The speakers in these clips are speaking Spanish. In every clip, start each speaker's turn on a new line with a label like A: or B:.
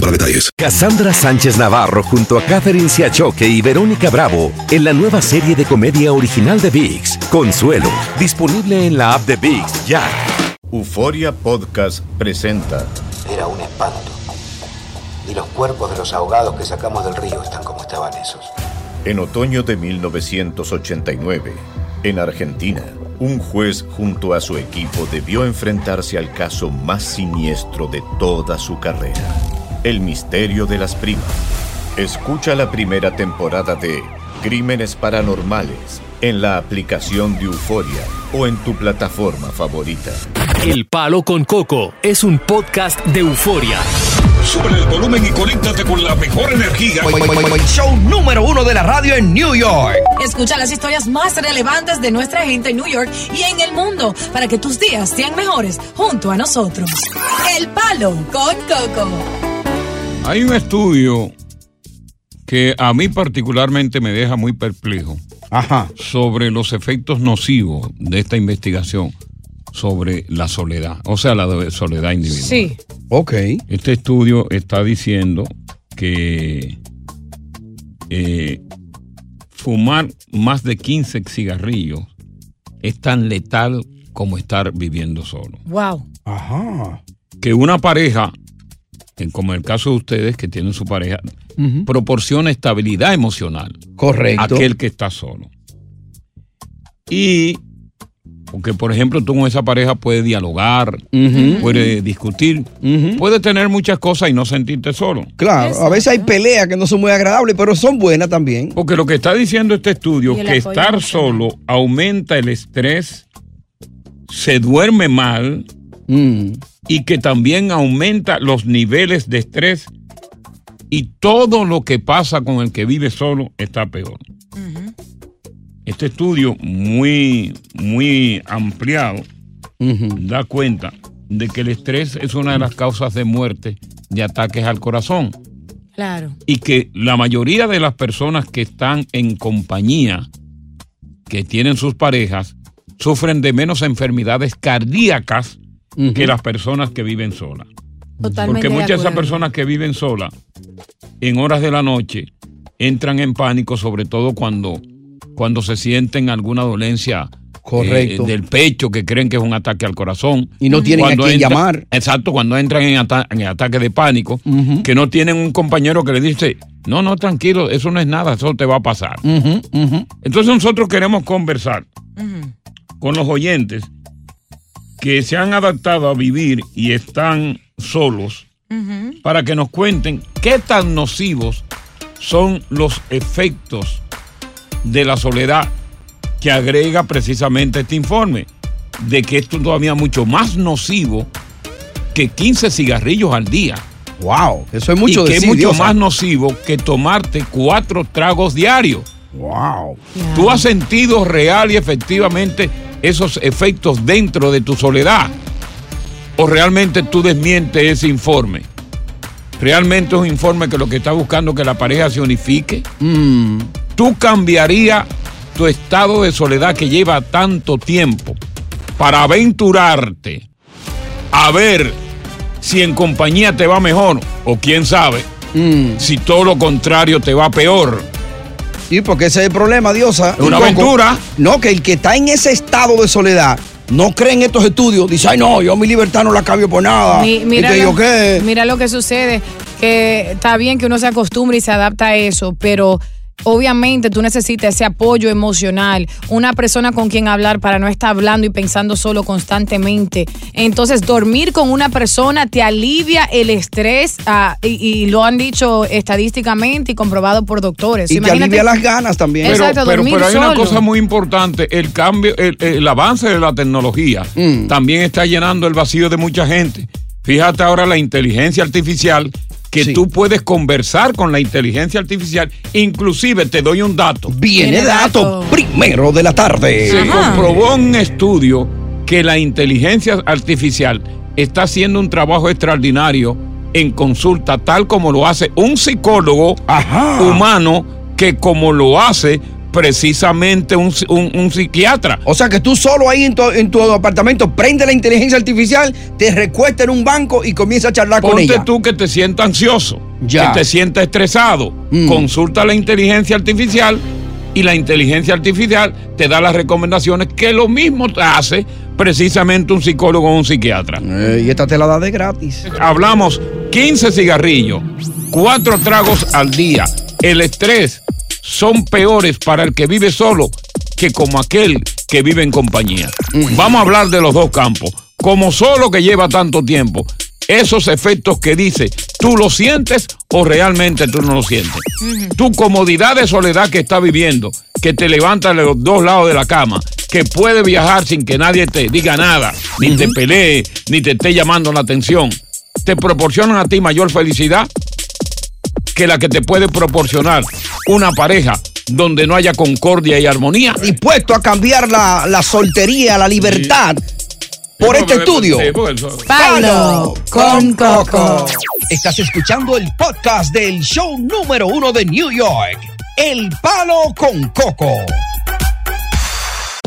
A: para detalles.
B: Cassandra Sánchez Navarro junto a Catherine Siachoque y Verónica Bravo en la nueva serie de comedia original de VIX, Consuelo, disponible en la app de VIX ya.
C: Euforia Podcast presenta.
D: Era un espanto. Y los cuerpos de los ahogados que sacamos del río están como estaban esos.
C: En otoño de 1989, en Argentina, un juez junto a su equipo debió enfrentarse al caso más siniestro de toda su carrera, el misterio de las primas. Escucha la primera temporada de Crímenes Paranormales en la aplicación de Euforia o en tu plataforma favorita.
E: El Palo con Coco es un podcast de euforia.
F: Sube el volumen y conéctate con la mejor energía.
G: Show número uno de la radio en New York.
H: Escucha las historias más relevantes de nuestra gente en New York y en el mundo para que tus días sean mejores junto a nosotros. El Palo con Coco.
I: Hay un estudio que a mí particularmente me deja muy perplejo
J: Ajá.
I: sobre los efectos nocivos de esta investigación sobre la soledad, o sea, la de- soledad individual.
K: Sí.
J: Ok.
I: Este estudio está diciendo que eh, fumar más de 15 cigarrillos es tan letal como estar viviendo solo.
K: Wow.
J: Ajá.
I: Que una pareja, en- como en el caso de ustedes que tienen su pareja, proporciona estabilidad emocional a
J: Correcto.
I: aquel que está solo. Y, porque por ejemplo tú con esa pareja puedes dialogar,
J: Ujú,
I: puedes discutir,
J: ujú.
I: puedes tener muchas cosas y no sentirte solo.
J: Claro, a veces hay
K: Exacto.
J: peleas que no son muy agradables, pero son buenas también.
I: Porque lo que está diciendo este estudio
K: Y el
I: que
K: apoyo
I: estar
K: emocional.
I: solo aumenta el estrés, se duerme mal
J: Mm.
I: y que también aumenta los niveles de estrés y todo lo que pasa con el que vive solo está peor. Este estudio muy muy ampliado
J: Ujú.
I: da cuenta de que el estrés es una de las causas de muerte de ataques al corazón.
K: Claro.
I: y que la mayoría de las personas que están en compañía, que tienen sus parejas, sufren de menos enfermedades cardíacas
J: Ujú.
I: que las personas que viven solas.
K: Totalmente.
I: Porque muchas de esas
K: acuerdo.
I: personas que viven solas, en horas de la noche, entran en pánico, sobre todo cuando, cuando se sienten alguna dolencia
J: Correcto.
I: eh, del pecho, que creen que es un ataque al corazón.
J: Y no tienen a
I: Cuando
J: quién
I: entra-
J: llamar.
I: Exacto, cuando entran en, ata- en ataque de pánico,
J: Ujú.
I: que no tienen un compañero que le dice, no, no, tranquilo, eso no es nada, eso te va a pasar.
J: Ujú, ujú.
I: Entonces nosotros queremos conversar con los oyentes que se han adaptado a vivir y están solos para que nos cuenten qué tan nocivos son los efectos de la soledad que agrega precisamente este informe, de que esto es todavía mucho más nocivo que 15 cigarrillos al día
J: Wow, eso es mucho
I: y que es
J: decir,
I: mucho
J: Diosa.
I: más nocivo que tomarte cuatro tragos diarios.
J: Wow.
K: Ya.
I: Tú has sentido real y efectivamente esos efectos dentro de tu soledad. ¿O realmente tú desmientes ese informe? ¿Realmente es un informe que lo que está buscando es que la pareja se unifique?
J: Mm.
I: ¿Tú cambiarías tu estado de soledad que lleva tanto tiempo para aventurarte a ver si en compañía te va mejor o quién sabe
J: Mm.
I: si todo lo contrario te va peor?
J: Sí, porque ese es el problema, Diosa.
I: Es una
J: Coco.
I: aventura.
J: No, que el que está en ese estado de soledad no cree en estos estudios. Dice, ay, no, yo mi libertad no la cambio por nada.
K: Mi- mira,
J: Ah, y que
K: lo,
J: yo qué.
K: mira lo que sucede, que está bien que uno se acostumbre y se adapta a eso, pero obviamente tú necesitas ese apoyo emocional, una persona con quien hablar para no estar hablando y pensando solo constantemente. Entonces, dormir con una persona te alivia el estrés ah, y, y lo han dicho estadísticamente y comprobado por doctores.
J: y te
K: Imagínate-
J: alivia las ganas también.
K: Pero- Exacto,
I: pero,
K: dormir
I: pero hay una
K: solo.
I: cosa muy importante, el cambio, el, el avance de la tecnología
J: Mm.
I: también está llenando el vacío de mucha gente. Fíjate ahora la inteligencia artificial que tú puedes conversar con la inteligencia artificial. Inclusive te doy un dato.
J: Viene dato primero de la tarde.
I: Se comprobó en un estudio que la inteligencia artificial está haciendo un trabajo extraordinario en consulta, tal como lo hace un psicólogo humano, que como lo hace precisamente un, un- un psiquiatra.
J: O sea que tú solo ahí en tu, en tu apartamento prende la inteligencia artificial, te recuesta en un banco y comienza a charlar con
I: Ponte
J: ella.
I: tú que te sientas ansioso,
J: Ya. Mm.
I: que te sientas estresado. Consulta la inteligencia artificial y la inteligencia artificial te da las recomendaciones que lo mismo hace precisamente un psicólogo o un psiquiatra.
J: Eh, y esta te la da de gratis.
I: Hablamos 15 cigarrillos, 4 tragos al día. El estrés son peores para el que vive solo que como aquel que vive en compañía. Vamos a hablar de los dos campos. Como solo que lleva tanto tiempo, esos efectos que dice, ¿tú lo sientes o realmente tú no lo sientes? Tu comodidad de soledad que está viviendo, que te levanta de los dos lados de la cama, que puede viajar sin que nadie te diga nada, ni te pelee, ni te esté llamando la atención, te proporcionan a ti mayor felicidad que la que te puede proporcionar una pareja donde no haya concordia y armonía.
J: Dispuesto a cambiar la, la soltería, la libertad, por este estudio.
K: Palo con
J: Coco. Estás escuchando el podcast del show número uno de New York, El Palo con Coco.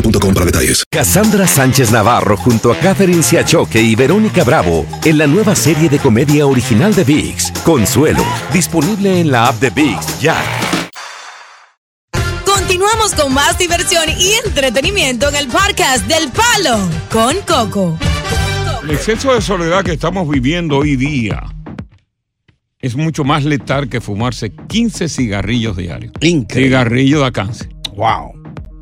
A: para detalles.
B: Cassandra Sánchez Navarro junto a Catherine Siachoque y Verónica Bravo en la nueva serie de comedia original de VIX, Consuelo, disponible en la app de VIX ya.
H: Continuamos con más diversión y entretenimiento en el podcast del Palo con Coco.
I: El exceso de soledad que estamos viviendo hoy día es mucho más letal que fumarse 15 cigarrillos diarios.
J: Increíble.
I: Cigarrillo da cáncer.
J: Wow.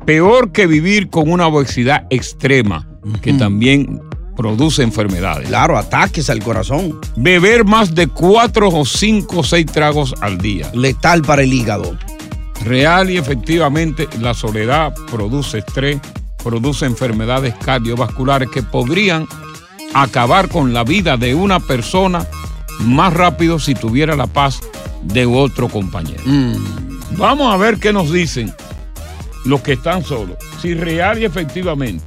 I: Peor que vivir con una obesidad extrema, que también produce enfermedades.
J: Claro, ataques al corazón.
I: Beber más de 4 o 5 o 6 tragos al día.
J: Letal para el hígado.
I: Real y efectivamente la soledad produce estrés, produce enfermedades cardiovasculares que podrían acabar con la vida de una persona más rápido si tuviera la paz de otro compañero. Mm. Vamos a ver qué nos dicen los que están solos, si real y efectivamente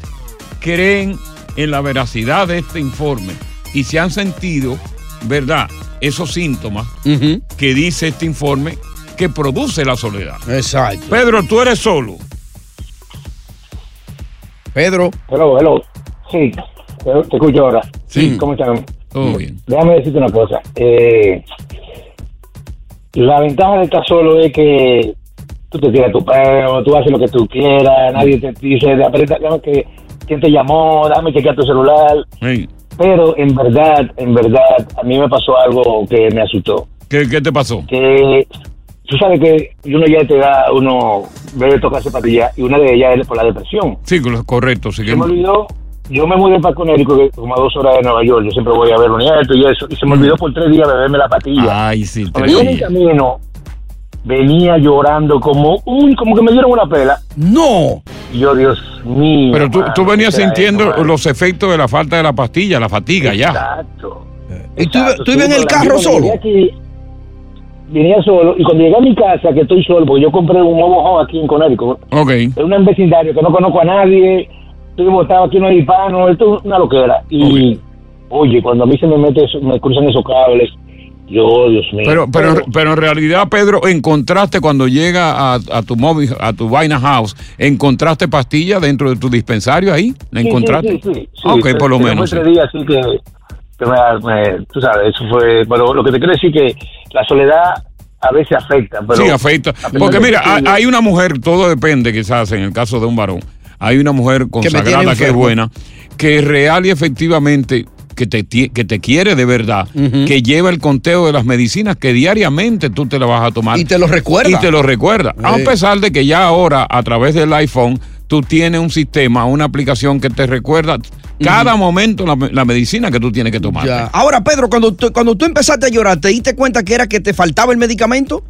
I: creen en la veracidad de este informe y si han sentido, ¿verdad?, esos síntomas que dice este informe que produce la soledad.
J: Exacto.
I: Pedro, tú eres solo.
J: Pedro.
L: Hello, hello. Sí, te, te escucho ahora.
I: Sí.
L: ¿Cómo están?
I: Todo bien.
L: Déjame decirte una cosa. Eh, la ventaja de estar solo es que tú te tiras tu pelo, tú haces lo que tú quieras, nadie te dice, "Da- aprieta- dame que, quién te llamó, dame chequear tu celular. Pero en verdad, en verdad, a mí me pasó algo que me asustó.
I: ¿Qué, qué te pasó?
L: Que tú sabes que uno ya te da, uno debe tocarse patillas y una de ellas es por la depresión.
I: Sí, cor- correcto. sí que-
L: Se me olvidó, yo me mudé para Connecticut, que como a dos horas de Nueva York, yo siempre voy a ver un nieto y eso, y se me olvidó por tres días beberme la patilla.
I: Ay, sí, te
L: Cuando yo en el
I: pilla.
L: camino, venía llorando como, uy, como que me dieron una pela.
J: ¡No!
L: Y yo, Dios mío.
I: Pero tú,
L: mano,
I: tú venías
L: ¿qué será
I: sintiendo
L: esto, mano?
I: los efectos de la falta de la pastilla, la fatiga ya.
J: ¿Y tú,
L: Exacto,
J: tú ibas en
L: sí,
J: el
L: no,
J: carro
L: yo cuando
J: solo?
L: Llegué aquí, venía solo, y cuando llegué a mi casa, que estoy solo, porque yo compré un nuevo home aquí en Connecticut,
I: Ok.
L: en un vecindario que no conozco a nadie, estoy botado aquí, no hay hispano, esto es una loquera. Y, oye, cuando a mí se me mete eso- me cruzan esos cables, yo, Dios mío.
I: Pero, pero, pero en realidad, Pedro, encontraste cuando llega a, a tu móvil, a tu vaina house, encontraste pastilla dentro de tu dispensario ahí, la
L: Sí, sí,
I: encontraste.
L: Sí, sí, sí.
I: Ah, ok,
L: Pero-
I: por lo
L: pero
I: menos.
L: Fue
I: sí.
L: tres días, así que, que me- me- tú sabes, eso fue. Pero lo que te quiero decir que la soledad a veces afecta. Pero
I: sí, afecta.
L: a pesar
I: Porque
L: de-
I: mira, hay-
L: sí,
I: hay una mujer, todo depende quizás en el caso de un varón, hay una mujer
L: tiene
I: consagrada que es
L: enfermo.
I: buena, que real y efectivamente que te, ti- que te quiere de verdad, que lleva el conteo de las medicinas que diariamente tú te la vas a tomar. Y te
J: lo recuerda.
I: Y te lo recuerda. A
J: Sí.
I: pesar de que ya ahora, a través del iPhone, tú tienes un sistema, una aplicación que te recuerda cada momento la, la medicina que tú tienes que tomar.
J: Ya. Ahora, Pedro, cuando tú, cuando tú empezaste a llorar, ¿te diste cuenta que era que te faltaba el medicamento?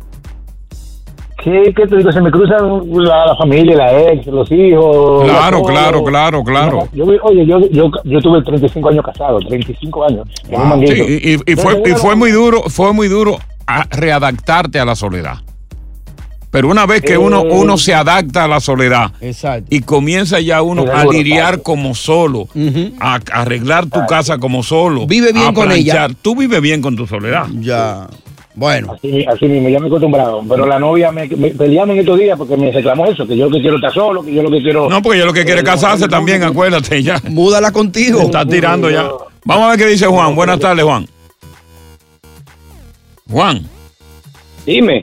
L: Sí, que te digo, se me cruzan la, la familia, la ex, los hijos.
I: Claro,
L: todo.
I: claro, claro, claro.
L: Yo, oye, yo, yo, yo tuve 35 años casado, 35 años. en un
I: Sí,
L: manguito.
I: y, y- y fue, y fue muy duro, fue muy duro a readaptarte a la soledad. Pero una vez que uno,
J: Eh.
I: uno se adapta a la soledad
J: Exacto.
I: y comienza ya uno
J: Mira,
I: a
J: bueno,
I: lidiar como solo, a a arreglar tu casa como solo.
J: Vive bien
I: a
J: con ella.
I: planchar. Tú vives bien con tu soledad.
J: Ya. Bueno.
L: Así, así mismo, ya me he acostumbrado. Pero la novia me, me peleamos en estos días porque me reclamó eso, que yo lo que quiero estar solo, que yo lo que quiero.
I: No, porque yo lo que quiere es casarse también, acuérdate ya.
J: Múdala contigo.
I: está tirando ya. Vamos a ver qué dice Juan. Buenas tardes, Juan. Juan.
M: Dime.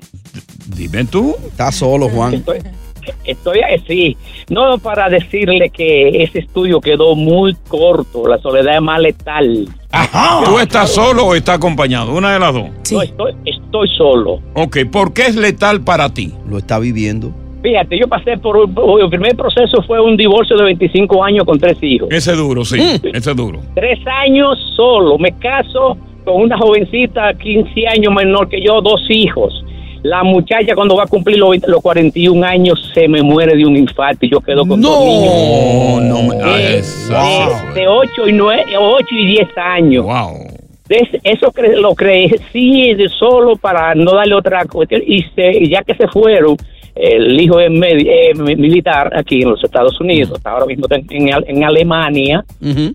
I: Dime tú.
J: Estás solo, Juan.
M: Estoy, estoy eh, sí. No para decirle que ese estudio quedó muy corto. La soledad es más letal.
I: ¿Tú estás solo o estás acompañado? Una de las dos.
M: No, estoy, estoy solo.
I: Ok, ¿por qué es letal para ti?
J: Lo está viviendo.
M: Fíjate, yo pasé por un- el primer proceso fue un divorcio de 25 años con tres hijos. Mm.
I: Ese es duro, sí. Ese es duro.
M: Tres años solo. Me caso con una jovencita, 15 años menor que yo, dos hijos. La muchacha cuando va a cumplir los, 20 los 41 años se me muere de un infarto y yo quedo con dos niños.
I: No, me- ah,
M: De-
I: esa-
M: de, 8, y 9, 8 y 10 años. Des- eso cre- lo crecí de solo para no darle otra cuestión. Y se- y ya que se fueron, el hijo es medi- eh, mi- militar aquí en los Estados Unidos, está ahora mismo en, en Ale- en Alemania,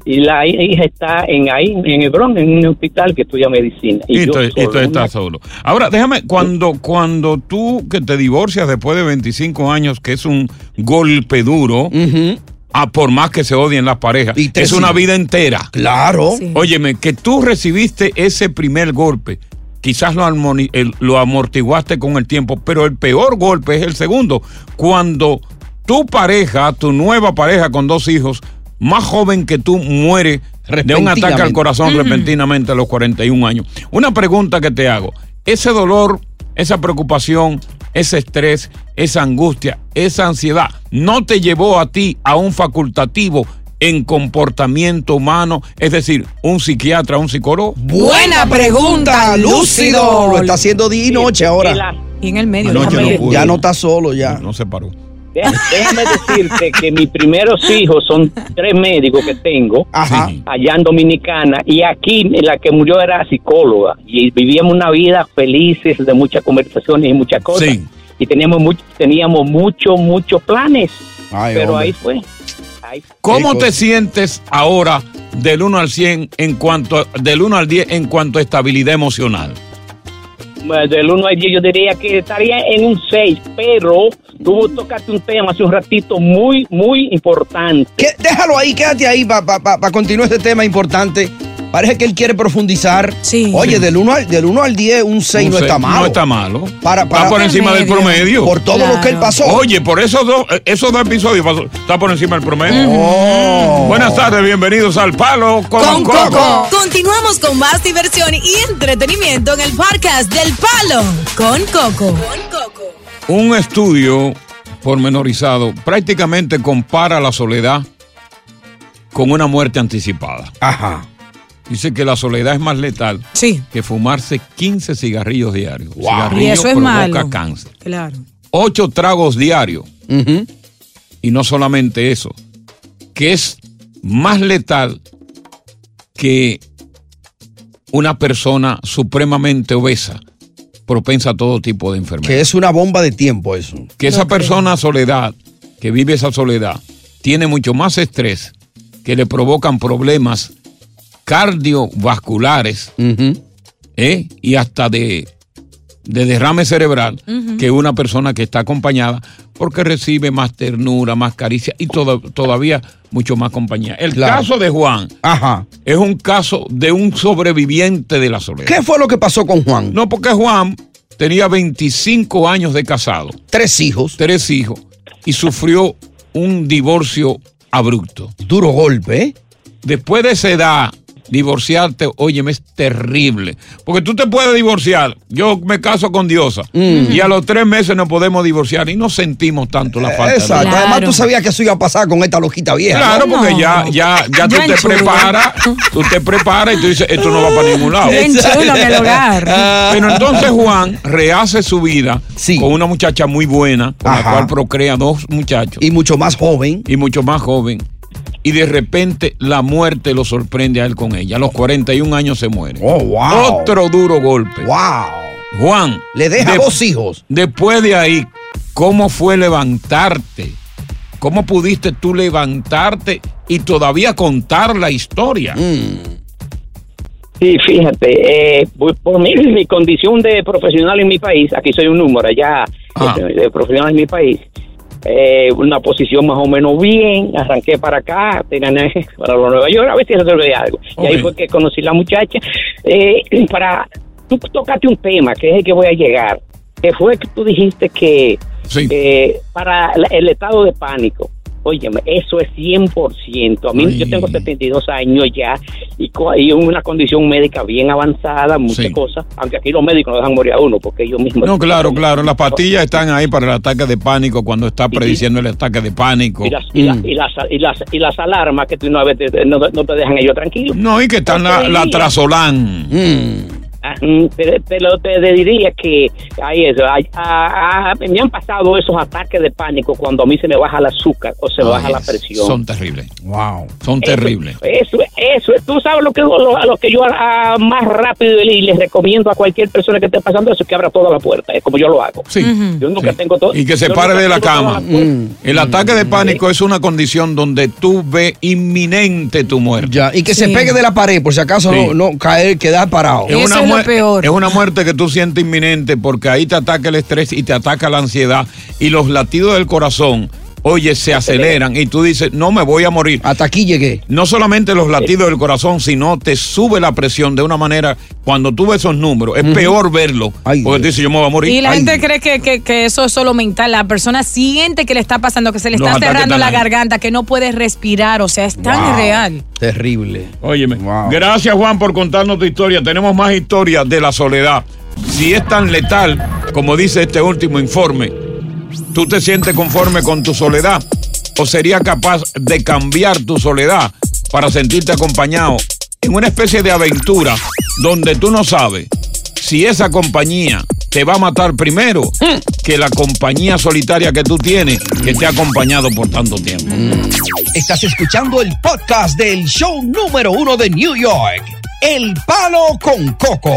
M: y la hija está en ahí, en Hebrón, en un hospital que estudia medicina.
I: Y,
M: yo
I: tú- y tú
M: solo.
I: estás solo. Ahora, déjame, cuando, cuando tú que te divorcias después de 25 años, que es un golpe duro, a por más que se odien las parejas, es una vida entera.
J: Claro. Sí.
I: Óyeme, que tú recibiste ese primer golpe. Quizás lo, armoni- el- lo amortiguaste con el tiempo, pero el peor golpe es el segundo. Cuando tu pareja, tu nueva pareja con dos hijos, más joven que tú, muere de un ataque al
J: Repentinamente.
I: corazón
J: Ujú.
I: repentinamente a los 41 años. Una pregunta que te hago. Ese dolor, esa preocupación, ese estrés, esa angustia, esa ansiedad, ¿no te llevó a ti a un facultativo en comportamiento humano? Es decir, un psiquiatra, un psicólogo.
K: Buena pregunta,
J: Lúcido.
K: Lúcido.
J: Lo está haciendo día y noche ahora.
K: Y en el medio.
I: Anoche
K: déjame
I: no
K: ver.
I: pude.
J: Ya no está solo, ya.
I: No se paró.
M: Deja- Déjame decirte que mis primeros hijos son tres médicos que tengo allá en Dominicana y aquí la que murió era psicóloga y vivíamos una vida felices de muchas conversaciones y muchas cosas y teníamos mucho, teníamos muchos muchos planes pero
I: hombre.
M: ahí fue ahí
I: ¿Cómo te sientes ahora del 1 al 100 en cuanto a- del 1 al 10 en cuanto a estabilidad emocional?
M: Bueno, Del 1 al 10 yo diría que estaría en un 6, pero tú tocaste un tema hace un ratito muy, muy importante.
J: ¿Qué? Déjalo ahí, quédate ahí para continuar este tema importante. Parece que él quiere profundizar. Oye, del 1 al, del uno al 10, un 6
I: Un
J: no
I: seis,
J: está malo.
I: No está malo.
J: Para- para-
I: está por encima del promedio.
J: Por todo lo que él pasó.
I: Oye, por esos dos, eh, esos dos episodios pasó- está por encima del promedio. Oh. Buenas tardes, bienvenidos al Palo con,
H: Con
I: Coco.
H: Coco. Continuamos con más diversión y entretenimiento en el podcast del Palo con Coco.
I: Un estudio pormenorizado prácticamente compara la soledad con una muerte anticipada.
J: Ajá.
I: Dice que la soledad es más letal que fumarse 15 cigarrillos diarios. Cigarrillos
K: Y eso es
I: provoca
K: malo.
I: cáncer.
K: Claro.
I: ocho tragos diarios. Y no solamente eso, que es más letal que una persona supremamente obesa, propensa a todo tipo de enfermedades.
J: Que es una bomba de tiempo eso.
I: Que esa persona soledad, que vive esa soledad, tiene mucho más estrés, que le provocan problemas cardiovasculares ¿eh? y hasta de, de derrame cerebral
N: Ujú.
I: que una persona que está acompañada porque recibe más ternura, más caricia y toda- todavía mucho más compañía. El
J: Claro.
I: caso de Juan es un caso de un sobreviviente de la soledad.
J: ¿Qué fue lo que pasó con Juan?
I: No, porque Juan tenía 25 años de casado.
J: Tres hijos.
I: Tres hijos. Y sufrió un divorcio abrupto.
J: Duro golpe. ¿eh?
I: Después de esa edad divorciarte, óyeme, es terrible. Porque tú te puedes divorciar. Yo me caso con Diosa.
J: Mm.
I: Y a los tres meses nos podemos divorciar y no sentimos tanto la falta. de-
J: Exacto. Además, tú sabías que eso iba a pasar con esta loquita vieja.
I: Claro,
J: ¿no?
I: porque ya, ya, ya tú te preparas, tú te preparas y tú dices, esto no va para ningún lado.
J: Bien chulo en el hogar.
I: Pero entonces Juan rehace su vida con una muchacha muy buena, con la cual procrea dos muchachos. Y mucho más joven. Y mucho más joven. Y de repente la muerte lo sorprende a él con ella. A los 41 años se muere.
J: Oh,
I: Otro duro golpe. Wow. Juan.
J: Le deja dos hijos.
I: Después de ahí, ¿cómo fue levantarte? ¿Cómo pudiste tú levantarte y todavía contar la historia?
M: Sí, fíjate, eh, voy por mi, mi condición de profesional en mi país, aquí soy un número, allá eh, de profesional en mi país, eh, una posición más o menos bien, arranqué para acá, tenía- para los Nueva York, a ver si resolví algo. Y ahí
N: Ok.
M: fue que conocí la muchacha. Eh, para, tú tocaste un tema, que es el que voy a llegar, que fue que tú dijiste que eh, para la- el estado de pánico. Óyeme, eso es 100%. A mí, yo tengo 72 años ya y, co- y una condición médica bien avanzada, muchas cosas. Aunque aquí los médicos no dejan morir a uno porque ellos mismos.
I: No, claro, claro. Las pastillas están ahí para el ataque de pánico cuando está prediciendo el ataque de pánico.
M: Y las, y,
I: Mm.
M: las, y, las, y, las, y las alarmas que tú no, a veces no, no te dejan ellos tranquilos.
I: No, y que están la, la trasolán.
M: Ajá, Ah, mm, Te, te lo te diría que ahí es, ay, ah, ah, me han pasado esos ataques de pánico cuando a mí se me baja el azúcar o se me
I: Ay,
M: baja la presión.
I: Mm. Son terribles. Wow. Son terribles.
M: Eso, eso, tú sabes lo que, lo, lo que yo ah, más rápido y les recomiendo a cualquier persona que esté pasando eso, que abra toda la puerta, es como yo lo hago.
I: Sí.
M: Yo nunca tengo todo.
I: Y que se
M: yo
I: pare
M: nunca
I: de la
M: tengo toda
I: cama. Mm. El ataque de pánico es una condición donde tú ves inminente tu muerte.
J: Y que se pegue de la pared, por si acaso
I: Sí.
J: no, no caer, quedar parado.
I: Es una, muer- es una muerte que tú sientes inminente porque ahí te ataca el estrés y te ataca la ansiedad y los latidos del corazón, oye, se aceleran y tú dices, no me voy a morir.
J: Hasta aquí llegué.
I: No solamente los latidos del corazón, sino te sube la presión de una manera, cuando tú ves esos números, es peor verlo porque tú dices, yo me voy a morir.
K: Y la
I: Ay,
K: gente cree que, que- que eso es solo mental. La persona siente que le está pasando, que se le
I: Los
K: está
I: ataques
K: cerrando
I: están
K: la
I: ahí.
K: garganta, que no puede respirar. O sea, es tan
I: Wow.
K: real.
J: Terrible.
I: Óyeme. Gracias, Juan, por contarnos tu historia. Tenemos más historias de la soledad. Si es tan letal, como dice este último informe, ¿tú te sientes conforme con tu soledad? ¿O sería capaz de cambiar tu soledad para sentirte acompañado en una especie de aventura donde tú no sabes si esa compañía te va a matar primero que la compañía solitaria que tú tienes que te ha acompañado por tanto tiempo?
J: Estás escuchando el podcast del show número uno de New York, El Palo con Coco.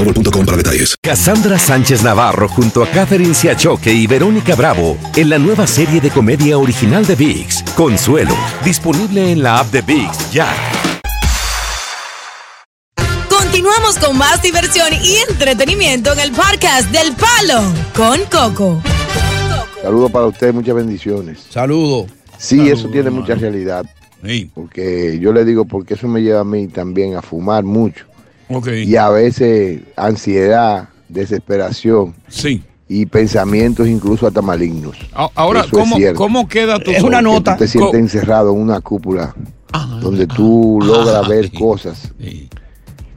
A: para detalles.
B: Cassandra Sánchez Navarro junto a Catherine Siachoque y Verónica Bravo en la nueva serie de comedia original de VIX, Consuelo, disponible en la app de VIX ya.
H: Continuamos con más diversión y entretenimiento en el podcast del Palo con Coco.
O: Saludos para ustedes, muchas bendiciones.
J: Saludos.
O: Sí, eso tiene mucha realidad. Porque yo le digo, porque eso me lleva a mí también a fumar mucho. Y a veces ansiedad, desesperación.
I: Sí.
O: Y pensamientos incluso hasta malignos.
I: A- Ahora,
O: Eso es
I: ¿cómo,
O: cierto.
I: ¿cómo queda tu
O: Porque tú te sientes encerrado en una cúpula
I: Ah,
O: donde tú logras ver cosas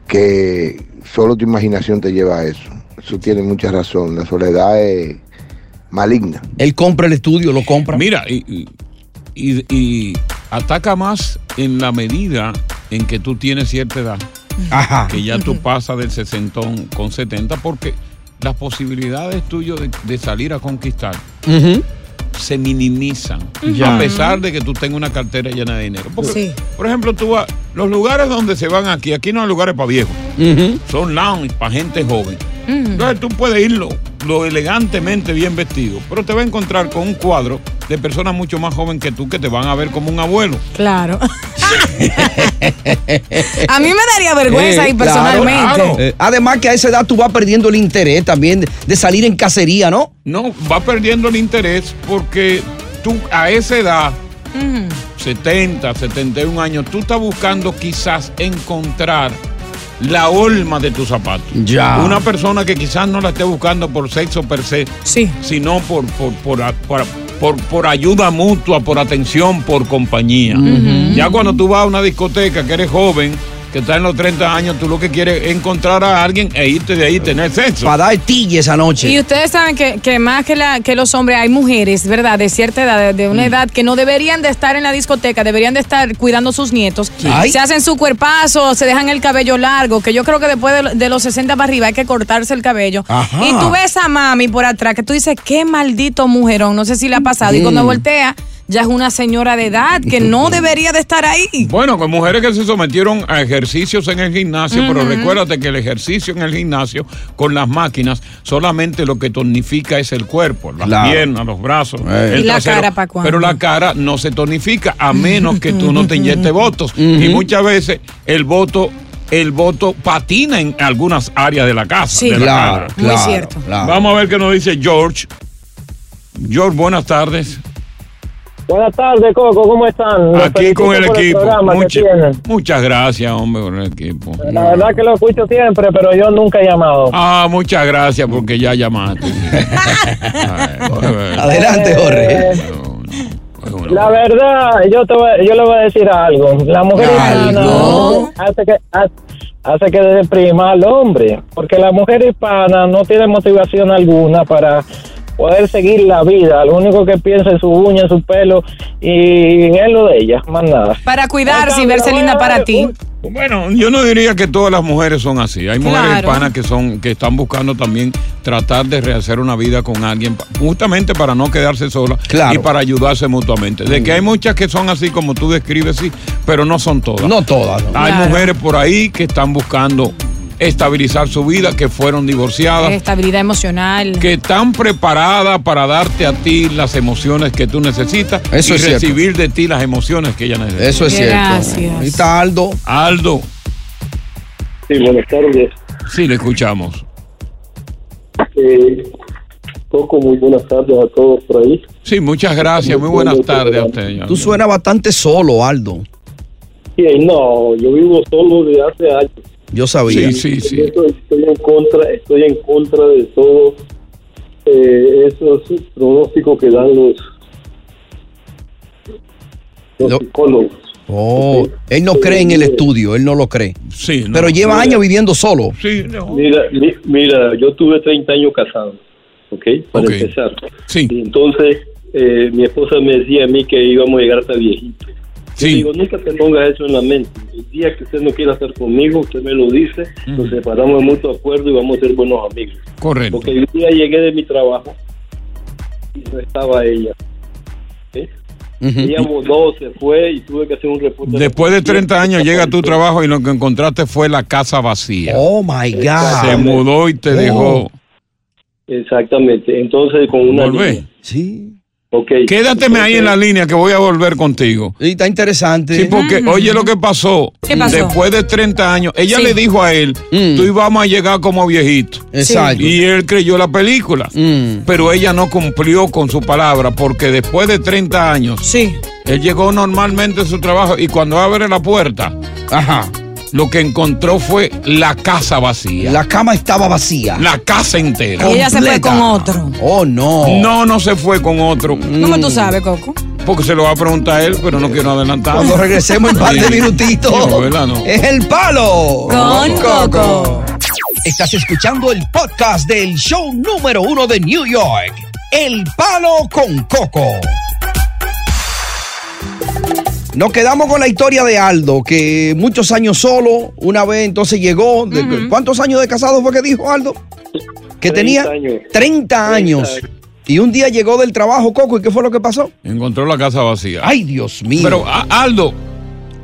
O: que solo tu imaginación te lleva a eso. Eso tiene mucha razón. La soledad es maligna.
J: Él compra el estudio, lo compra.
I: Mira, y, y- y- y ataca más en la medida en que tú tienes cierta edad.
J: Ajá.
I: Que ya tú pasas del sesentón con 70, porque las posibilidades tuyas de, de salir a conquistar se minimizan.
J: Ya.
I: A pesar de que tú tengas una cartera llena de dinero. Porque,
J: Sí.
I: Por ejemplo, tú vas, los lugares donde se van aquí, aquí no hay lugares para viejos, son lounge para gente joven. Entonces tú puedes ir lo, lo elegantemente bien vestido, pero te va a encontrar con un cuadro de personas mucho más jóvenes que tú que te van a ver como un abuelo.
K: Claro. a mí me daría vergüenza
J: Eh,
K: ahí personalmente.
J: claro. Eh, además que a esa edad tú vas perdiendo el interés también de, de salir en cacería, ¿no?
I: No, va perdiendo el interés porque tú a esa edad,
K: Ujú.
I: 70, 71 años, tú estás buscando quizás encontrar la olma de tus zapatos.
J: Ya.
I: Una persona que quizás no la esté buscando por sexo per se, sino por, por, por, a- por- por- por ayuda mutua, por atención, por compañía.
N: Ujú.
I: Ya cuando tú vas a una discoteca que eres joven, que estás en los 30 años, tú lo que quieres es encontrar a alguien e irte de ahí, tener sexo.
J: Para dar tille esa noche.
K: Y ustedes saben que, que más que, la, que los hombres hay mujeres, ¿verdad? De cierta edad, de, de una edad que no deberían de estar en la discoteca, deberían de estar cuidando sus nietos.
J: Sí. Ay.
K: Se hacen su cuerpazo, se dejan el cabello largo, que yo creo que después de, de los 60 para arriba hay que cortarse el cabello.
P: Ajá.
K: Y tú ves a mami por atrás, que tú dices, qué maldito mujerón, no sé si le ha pasado. Y
I: Mm.
K: cuando voltea, ya es una señora de edad que no debería de estar ahí.
I: Bueno, con mujeres que se sometieron a ejercicios en el gimnasio, pero
K: Ujú.
I: recuérdate que el ejercicio en el gimnasio con las máquinas solamente lo que tonifica es el cuerpo, las
J: Claro.
I: piernas, los brazos.
J: Eh.
I: el
J: ¿Y la cara pa' cuándo?
I: Pero la cara no se tonifica a menos que tú no te inyectes votos. Y muchas veces el voto el voto patina en algunas áreas de la casa.
K: Sí.
I: de la
K: Claro,
I: cara.
K: muy Claro, cierto. claro.
I: Vamos a ver qué nos dice George. George, buenas tardes.
Q: Buenas tardes, Coco, ¿cómo están? Los
I: Aquí
Q: felicito
I: con el
Q: por
I: equipo.
Q: programa que
I: Mucha-
Q: tienen.
I: muchas gracias, hombre, por el equipo.
Q: La verdad que lo escucho siempre, pero yo nunca he llamado.
I: Ah, muchas gracias porque ya llamaste.
J: Adelante, Jorge.
Q: Eh, La verdad, yo, te voy- yo le voy a decir algo. La mujer hispana hace que, hace, hace que deprima al hombre, porque la mujer hispana no tiene motivación alguna para poder seguir la vida. Lo único que piensa es su uña, su pelo y en lo de ella, más nada.
K: Para cuidarse y
Q: Ay,
K: verse
Q: cabrón,
K: linda para
Q: ay,
K: ti.
I: Bueno, yo no diría que todas las mujeres son así. Hay mujeres
K: Claro.
I: hispanas que son que están buscando también tratar de rehacer una vida con alguien, pa- justamente para no quedarse sola y para ayudarse mutuamente. De que hay muchas que son así como tú describes, sí, pero no son todas.
J: No todas. no.
I: Hay
J: Claro.
I: mujeres por ahí que están buscando estabilizar su vida, que fueron divorciadas,
K: Estabilidad emocional.
I: que están preparadas para darte a ti las emociones que tú necesitas
J: Eso
I: y
J: es cierto.
I: recibir de ti las emociones que ella necesita.
J: Eso es cierto. Gracias. Ahí está Aldo.
I: Aldo.
R: Sí, buenas tardes.
I: Sí, le escuchamos.
R: Eh, Coco, muy buenas tardes a todos por ahí.
I: Sí, muchas gracias. Muy buenas tardes a usted.
J: Tú suenas bastante solo, Aldo.
R: Bien, no, yo vivo solo desde hace años.
J: Yo
I: Oh,
J: sabía.
R: Por eso Estoy en contra, estoy en contra de todo eh, esos pronósticos que dan los, los psicólogos.
J: Oh, él no cree en el estudio, él no lo cree.
I: Sí.
J: Pero lleva años viviendo solo.
R: Mira, mi- mira, yo tuve 30 años casado, ¿ok? Para
J: Ok.
R: empezar.
I: Sí.
R: Y entonces eh, mi esposa me decía a mí que íbamos a llegar hasta viejito. Yo
I: Sí.
R: digo, nunca te pongas eso en la mente. El día que usted no quiera estar conmigo, usted me lo dice, nos separamos de mutuo acuerdo y vamos a ser buenos amigos.
I: Correcto.
R: Porque un día llegué de mi trabajo y no estaba ella. ¿ok? Teníamos dos, se fue y tuve que hacer un reporte.
I: Después de 30 años llega a tu trabajo y lo que encontraste fue la casa vacía.
J: Oh my God.
I: Se mudó y te
R: Oh.
I: dejó.
R: Exactamente. Entonces, con una.
I: Volvé.
R: niña. Okay.
I: Quédateme ahí en la línea que voy a volver contigo.
J: Y está interesante.
I: Sí, porque
J: Ujú.
I: oye lo que pasó.
J: ¿Qué pasó?
I: Después de 30 años, ella
J: Sí.
I: le dijo a él, tú íbamos a llegar como viejito.
J: Mm. Exacto. Mm.
I: Y él creyó la película. Pero ella no cumplió con su palabra porque después de 30 años, él llegó normalmente a su trabajo y cuando abre la puerta, ajá, lo que encontró fue la casa vacía.
J: La cama estaba vacía.
I: La casa entera.
K: Y ella se fue con otro.
J: Oh, no.
I: No, no se fue con otro.
K: ¿Cómo tú sabes, Coco?
I: Porque se lo va a preguntar él, pero no quiero adelantar.
J: Cuando regresemos en par de
I: Sí.
J: minutitos.
I: No, ¿verdad? No.
J: Es el palo.
I: Con
J: Coco. Estás escuchando el podcast del show número uno de New York. El palo con Coco. Nos quedamos con la historia de Aldo, que muchos años solo, una vez entonces llegó. de- ¿Cuántos años de casado fue que dijo Aldo? Que
R: 30
J: tenía
R: años.
J: 30 años. Y un día llegó del trabajo, Coco, ¿y qué fue lo que pasó?
I: Encontró la casa vacía.
J: Ay, Dios mío.
I: Pero a- Aldo,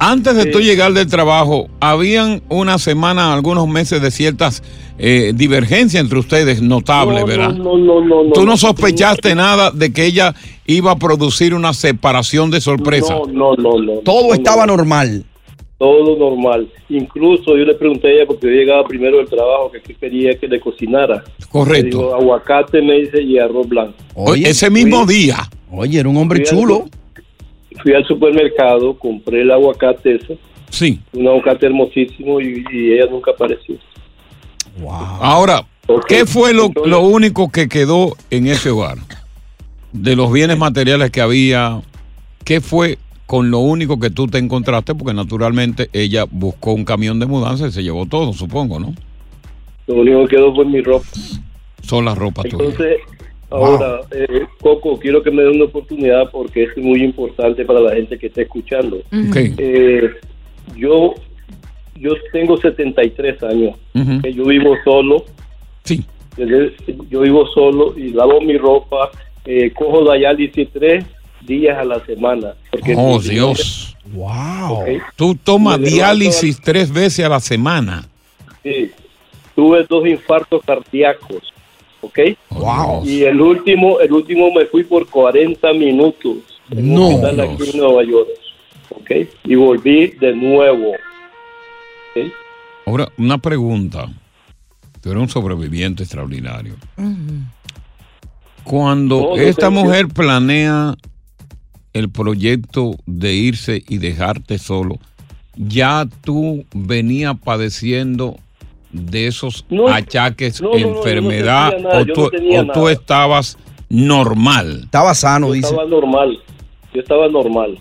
I: Antes de
R: Sí.
I: tú llegar del trabajo, habían una semana, algunos meses de ciertas eh, divergencias entre ustedes notables, ¿verdad?
R: No, no, no, no.
I: ¿Tú no sospechaste nada de que ella iba a producir una separación de sorpresa?
R: No, no, no.
I: Todo
R: estaba
J: normal.
R: Todo normal. Incluso yo le pregunté a ella, porque yo llegaba primero del trabajo, que qué quería que le cocinara.
I: Correcto.
R: Me dijo, aguacate, me dice, y arroz blanco.
I: Ese mismo día.
J: Oye, era un hombre
R: Fui al
J: chulo.
R: su- fui al supermercado, compré el aguacate ese.
I: Sí.
R: Un aguacate hermosísimo y, y ella nunca apareció.
I: Ahora, ¿qué fue lo, lo único que quedó en ese hogar? De los bienes materiales que había, ¿qué fue con lo único que tú te encontraste? Porque naturalmente ella buscó un camión de mudanza y se llevó todo, supongo, ¿no?
R: Lo único que quedó fue mi ropa.
I: Son las ropas tuyas.
R: Entonces, ahora, eh, Coco, quiero que me dé una oportunidad porque es muy importante para la gente que está escuchando.
I: Ok.
R: Eh, yo, yo tengo 73 años. que yo vivo solo.
I: Sí.
R: Desde- Yo vivo solo y lavo mi ropa. eh, cojo de allá 13 días a la semana. Porque
I: Oh,
R: mi-
I: Dios.
J: Wow.
I: Tú tomas
R: Me levanto
I: diálisis tres veces a la semana.
R: Sí. Tuve dos infartos cardíacos. ¿Ok?
I: Wow.
R: Y el último, el último me fui por 40 minutos. en un
I: No.
R: hospital aquí en Nueva York. ¿Ok? Y volví de nuevo. ¿Ok?
I: Ahora, una pregunta. Tú eres un sobreviviente extraordinario. Cuando
R: Todo
I: esta
R: se dio.
I: mujer planea el proyecto de irse y dejarte solo, ya tú venía padeciendo de esos achaques,
R: no, no, no, yo no
I: enfermedad,
R: tenía nada,
I: o,
R: yo
I: tú,
R: no tenía
I: o tú
R: nada.
I: estabas normal.
J: Estaba sano,
R: Yo estaba normal, yo estaba normal,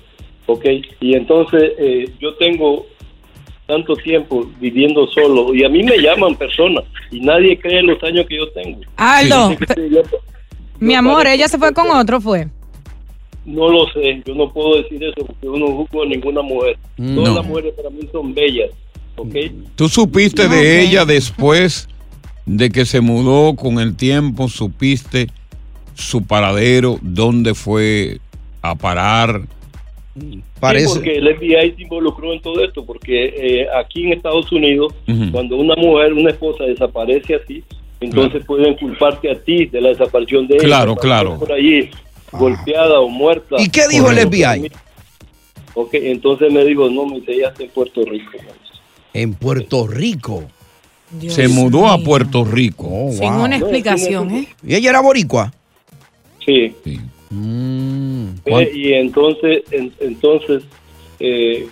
R: ¿ok? Y entonces eh, yo tengo tanto tiempo viviendo solo y a mí me llaman personas y nadie cree los años que yo tengo.
K: Aldo,
R: Yo
K: mi amor, ella se fue con otro, fue.
R: no lo sé, yo no puedo decir eso porque yo no juzgo a ninguna mujer. Todas
I: No.
R: las mujeres para mí son bellas, ¿ok?
I: ¿Tú supiste
R: No,
I: de
R: Ah, ok.
I: ella después de que se mudó con el tiempo? ¿Supiste su paradero? ¿Dónde fue a parar?
R: Sí, porque el FBI se involucró en todo esto, porque eh, aquí en Estados Unidos,
I: Ujú.
R: cuando una mujer, una esposa desaparece así, entonces pueden culparte a ti de la desaparición de ella.
I: Claro,
R: Aparecer
I: claro.
R: Por allí, golpeada o muerta.
J: ¿Y qué dijo el
R: Correcto.
J: FBI?
R: Ok, entonces me dijo, no, me dice, ella está en Puerto Rico.
J: En Puerto Rico.
I: se mudó a Puerto Rico. Oh,
K: Sin una explicación, ¿eh?
J: ¿Y ella era boricua?
R: Sí.
I: Mm.
R: Eh,
J: ¿Cuánto?
R: y entonces, en- entonces eh,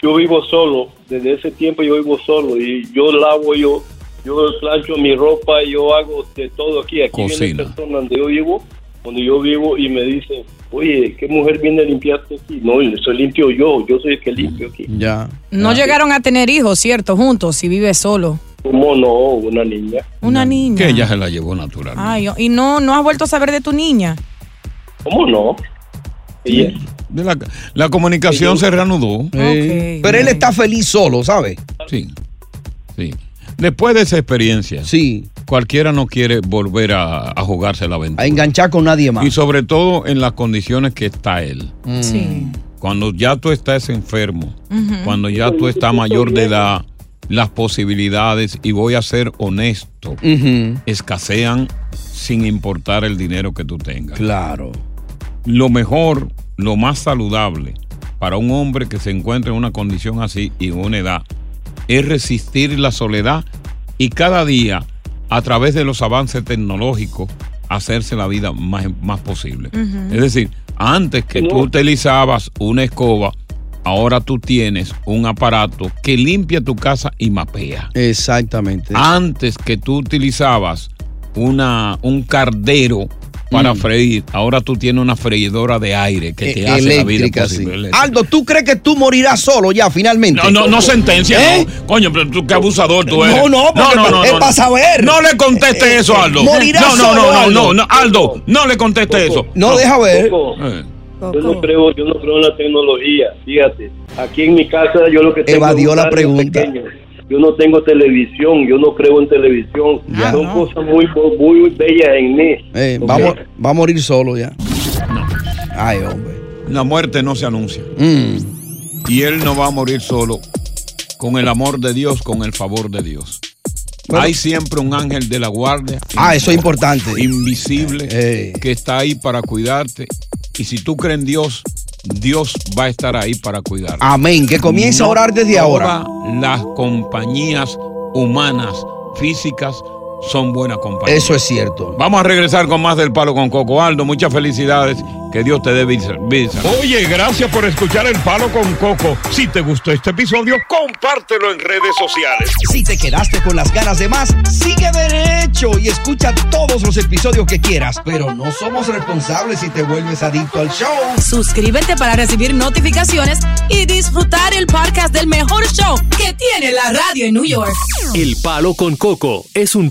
R: yo vivo solo, desde ese tiempo yo vivo solo y yo lavo, yo yo plancho mi ropa, yo hago de todo aquí. Aquí viene
I: Cocina.
R: persona donde yo vivo, donde yo vivo y me dicen, oye, ¿qué mujer viene a limpiarte aquí? No, eso limpio yo, yo soy el que limpio aquí.
J: Ya.
K: No llegaron a tener hijos, ¿cierto? Juntos, si vive solo.
R: ¿Cómo no? Una niña.
K: Una niña.
I: Que ella se la llevó natural.
K: Ay, y no, no has vuelto a saber de tu niña.
R: ¿Cómo no?
I: De La, la comunicación se reanudó.
J: Eh, Pero él está feliz solo, ¿sabes?
I: Sí. Sí. Después de esa experiencia,
J: sí.
I: cualquiera no quiere volver a, a jugarse la
J: A
I: ventaja.
J: enganchar con nadie más.
I: Y sobre todo en las condiciones que está él. Cuando ya tú estás enfermo,
J: Ujú.
I: cuando ya tú estás mayor de edad, las posibilidades, y voy a ser honesto, escasean sin importar el dinero que tú tengas.
J: Claro.
I: Lo mejor, lo más saludable para un hombre que se encuentra en una condición así y en una edad, es resistir la soledad y cada día, a través de los avances tecnológicos, hacerse la vida más, más posible.
N: Ujú.
I: Es decir, antes que tú utilizabas una escoba, ahora tú tienes un aparato que limpia tu casa y mapea.
J: Exactamente.
I: Antes que tú utilizabas una, un cardero para
J: Mm.
I: freír, ahora tú tienes una freidora de aire que te
J: E-
I: hace la vida
J: eléctrica, sí.
I: posible. Eléctrica.
J: Aldo, ¿tú crees que tú morirás solo ya finalmente?
I: No, no, no sentencia,
J: ¿Eh?
I: no. Coño, pero tú qué abusador tú eres.
J: No, no, porque es pa' saber. Eh,
I: No le conteste eso, Aldo.
J: morirá
I: no, no,
J: solo,
I: no, no,
J: Aldo.
I: no, no, Aldo, no le conteste eso.
R: Coco,
I: Eh.
R: Yo no creo, yo no creo en la tecnología, fíjate. Aquí en mi casa yo lo que tengo es
J: Evadió
R: un
J: la
R: radio
J: pregunta.
R: pequeño. Yo no tengo televisión, yo no creo en televisión.
J: Ya.
R: Son cosas muy, muy bellas en mí.
J: Eh,
R: Ok.
J: va, a mor- va a morir solo ya. Ay, hombre. Mm.
I: La muerte no se anuncia. Y él no va a morir solo. Con el amor de Dios, con el favor de Dios.
J: Bueno.
I: Hay siempre un ángel de la guardia.
J: Ah, eso es importante.
I: Invisible. Que está ahí para cuidarte. Y si tú crees en Dios, Dios va a estar ahí para cuidarte.
J: Amén. Que comience a
I: No
J: orar desde ahora.
I: Todas las compañías humanas, físicas, son buenas compañías.
J: Eso es cierto.
I: Vamos a regresar con más del Palo con Coco. Aldo, muchas felicidades. Que Dios te dé visa. visa.
F: Oye, gracias por escuchar El Palo con Coco. Si te gustó este episodio, compártelo en redes sociales.
G: Si te quedaste con las ganas de más, sigue derecho y escucha todos los episodios que quieras. Pero no somos responsables si te vuelves adicto al show.
H: Suscríbete para recibir notificaciones y disfrutar el podcast del mejor show que tiene la radio en New York.
E: El Palo con Coco es un